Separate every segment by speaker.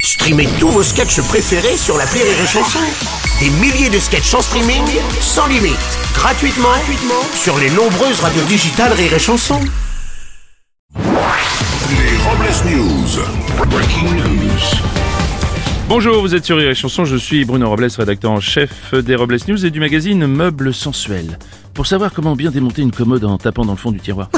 Speaker 1: Streamez tous vos sketchs préférés sur la Rire et Chanson. Des milliers de sketchs en streaming, sans limite, gratuitement, gratuitement sur les nombreuses radios digitales Rire et Chanson.
Speaker 2: Les Robles News. Breaking news.
Speaker 3: Bonjour, vous êtes sur Rire et Chanson, je suis Bruno Robles, rédacteur en chef des Robles News et du magazine Meubles Sensuels. Pour savoir comment bien démonter une commode en tapant dans le fond du tiroir.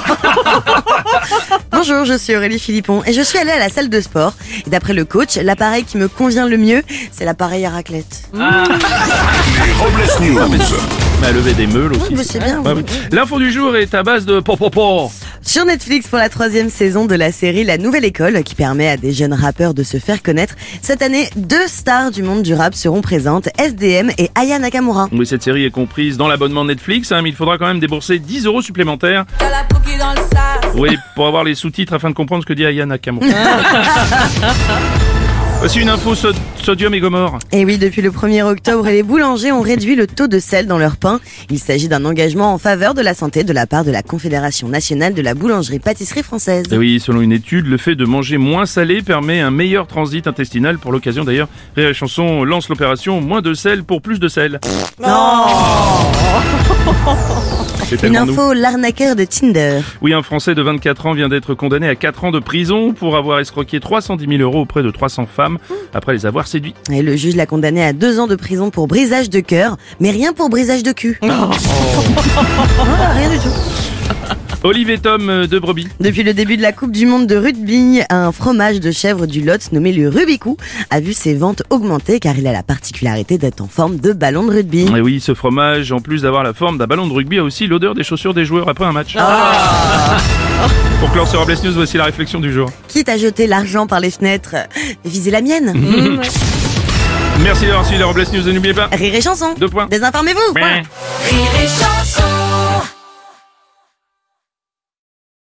Speaker 4: Bonjour, je suis Aurélie Philippon et je suis allée à la salle de sport. Et d'après le coach, l'appareil qui me convient le mieux, c'est l'appareil à raclette.
Speaker 2: Les Robles News.
Speaker 3: Mais à lever des meules aussi.
Speaker 4: Oui, mais c'est bien.
Speaker 3: Ouais, ouais. L'info du jour est à base de popopor.
Speaker 4: Sur Netflix pour la troisième saison de la série La Nouvelle École, qui permet à des jeunes rappeurs de se faire connaître, cette année, deux stars du monde du rap seront présentes, SDM et Aya Nakamura.
Speaker 3: Oui, cette série est comprise dans l'abonnement Netflix, hein, mais il faudra quand même débourser 10 euros supplémentaires.
Speaker 5: T'as la coquille dans le sas.
Speaker 3: Oui, pour avoir les sous-titres afin de comprendre ce que dit Ayana Nakamura. Voici une info so- sodium et gomorre.
Speaker 4: Et oui, depuis le 1er octobre, les boulangers ont réduit le taux de sel dans leur pain. Il s'agit d'un engagement en faveur de la santé de la part de la Confédération nationale de la boulangerie-pâtisserie française.
Speaker 3: Et oui, selon une étude, le fait de manger moins salé permet un meilleur transit intestinal. Pour l'occasion d'ailleurs, Rire et Chanson lance l'opération moins de sel pour plus de sel. C'est
Speaker 4: Une
Speaker 3: tellement nous.
Speaker 4: info, l'arnaqueur de Tinder.
Speaker 3: Oui, un Français de 24 ans vient d'être condamné à 4 ans de prison pour avoir escroqué 310 000 euros auprès de 300 femmes après les avoir séduites.
Speaker 4: Et le juge l'a condamné à deux ans de prison pour brisage de cœur, mais rien pour brisage de cul.
Speaker 3: Oh.
Speaker 4: Ah, rien du tout.
Speaker 3: Olive et Tom euh, de Brebis.
Speaker 4: Depuis le début de la Coupe du Monde de rugby, un fromage de chèvre du Lot nommé le Rubicou a vu ses ventes augmenter car il a la particularité d'être en forme de ballon de rugby.
Speaker 3: Et oui, ce fromage, en plus d'avoir la forme d'un ballon de rugby, a aussi l'odeur des chaussures des joueurs après un match.
Speaker 4: Ah.
Speaker 3: pour clore ce Robles News, voici la réflexion du jour.
Speaker 4: Quitte à jeter l'argent par les fenêtres, visez la
Speaker 3: Mhm.
Speaker 4: mienne.
Speaker 3: Merci d'avoir suivi les Robles News et n'oubliez pas...
Speaker 4: Euh, Rire et chanson.
Speaker 3: Deux points.
Speaker 4: Désinformez-vous. point.
Speaker 5: Rire et chanson.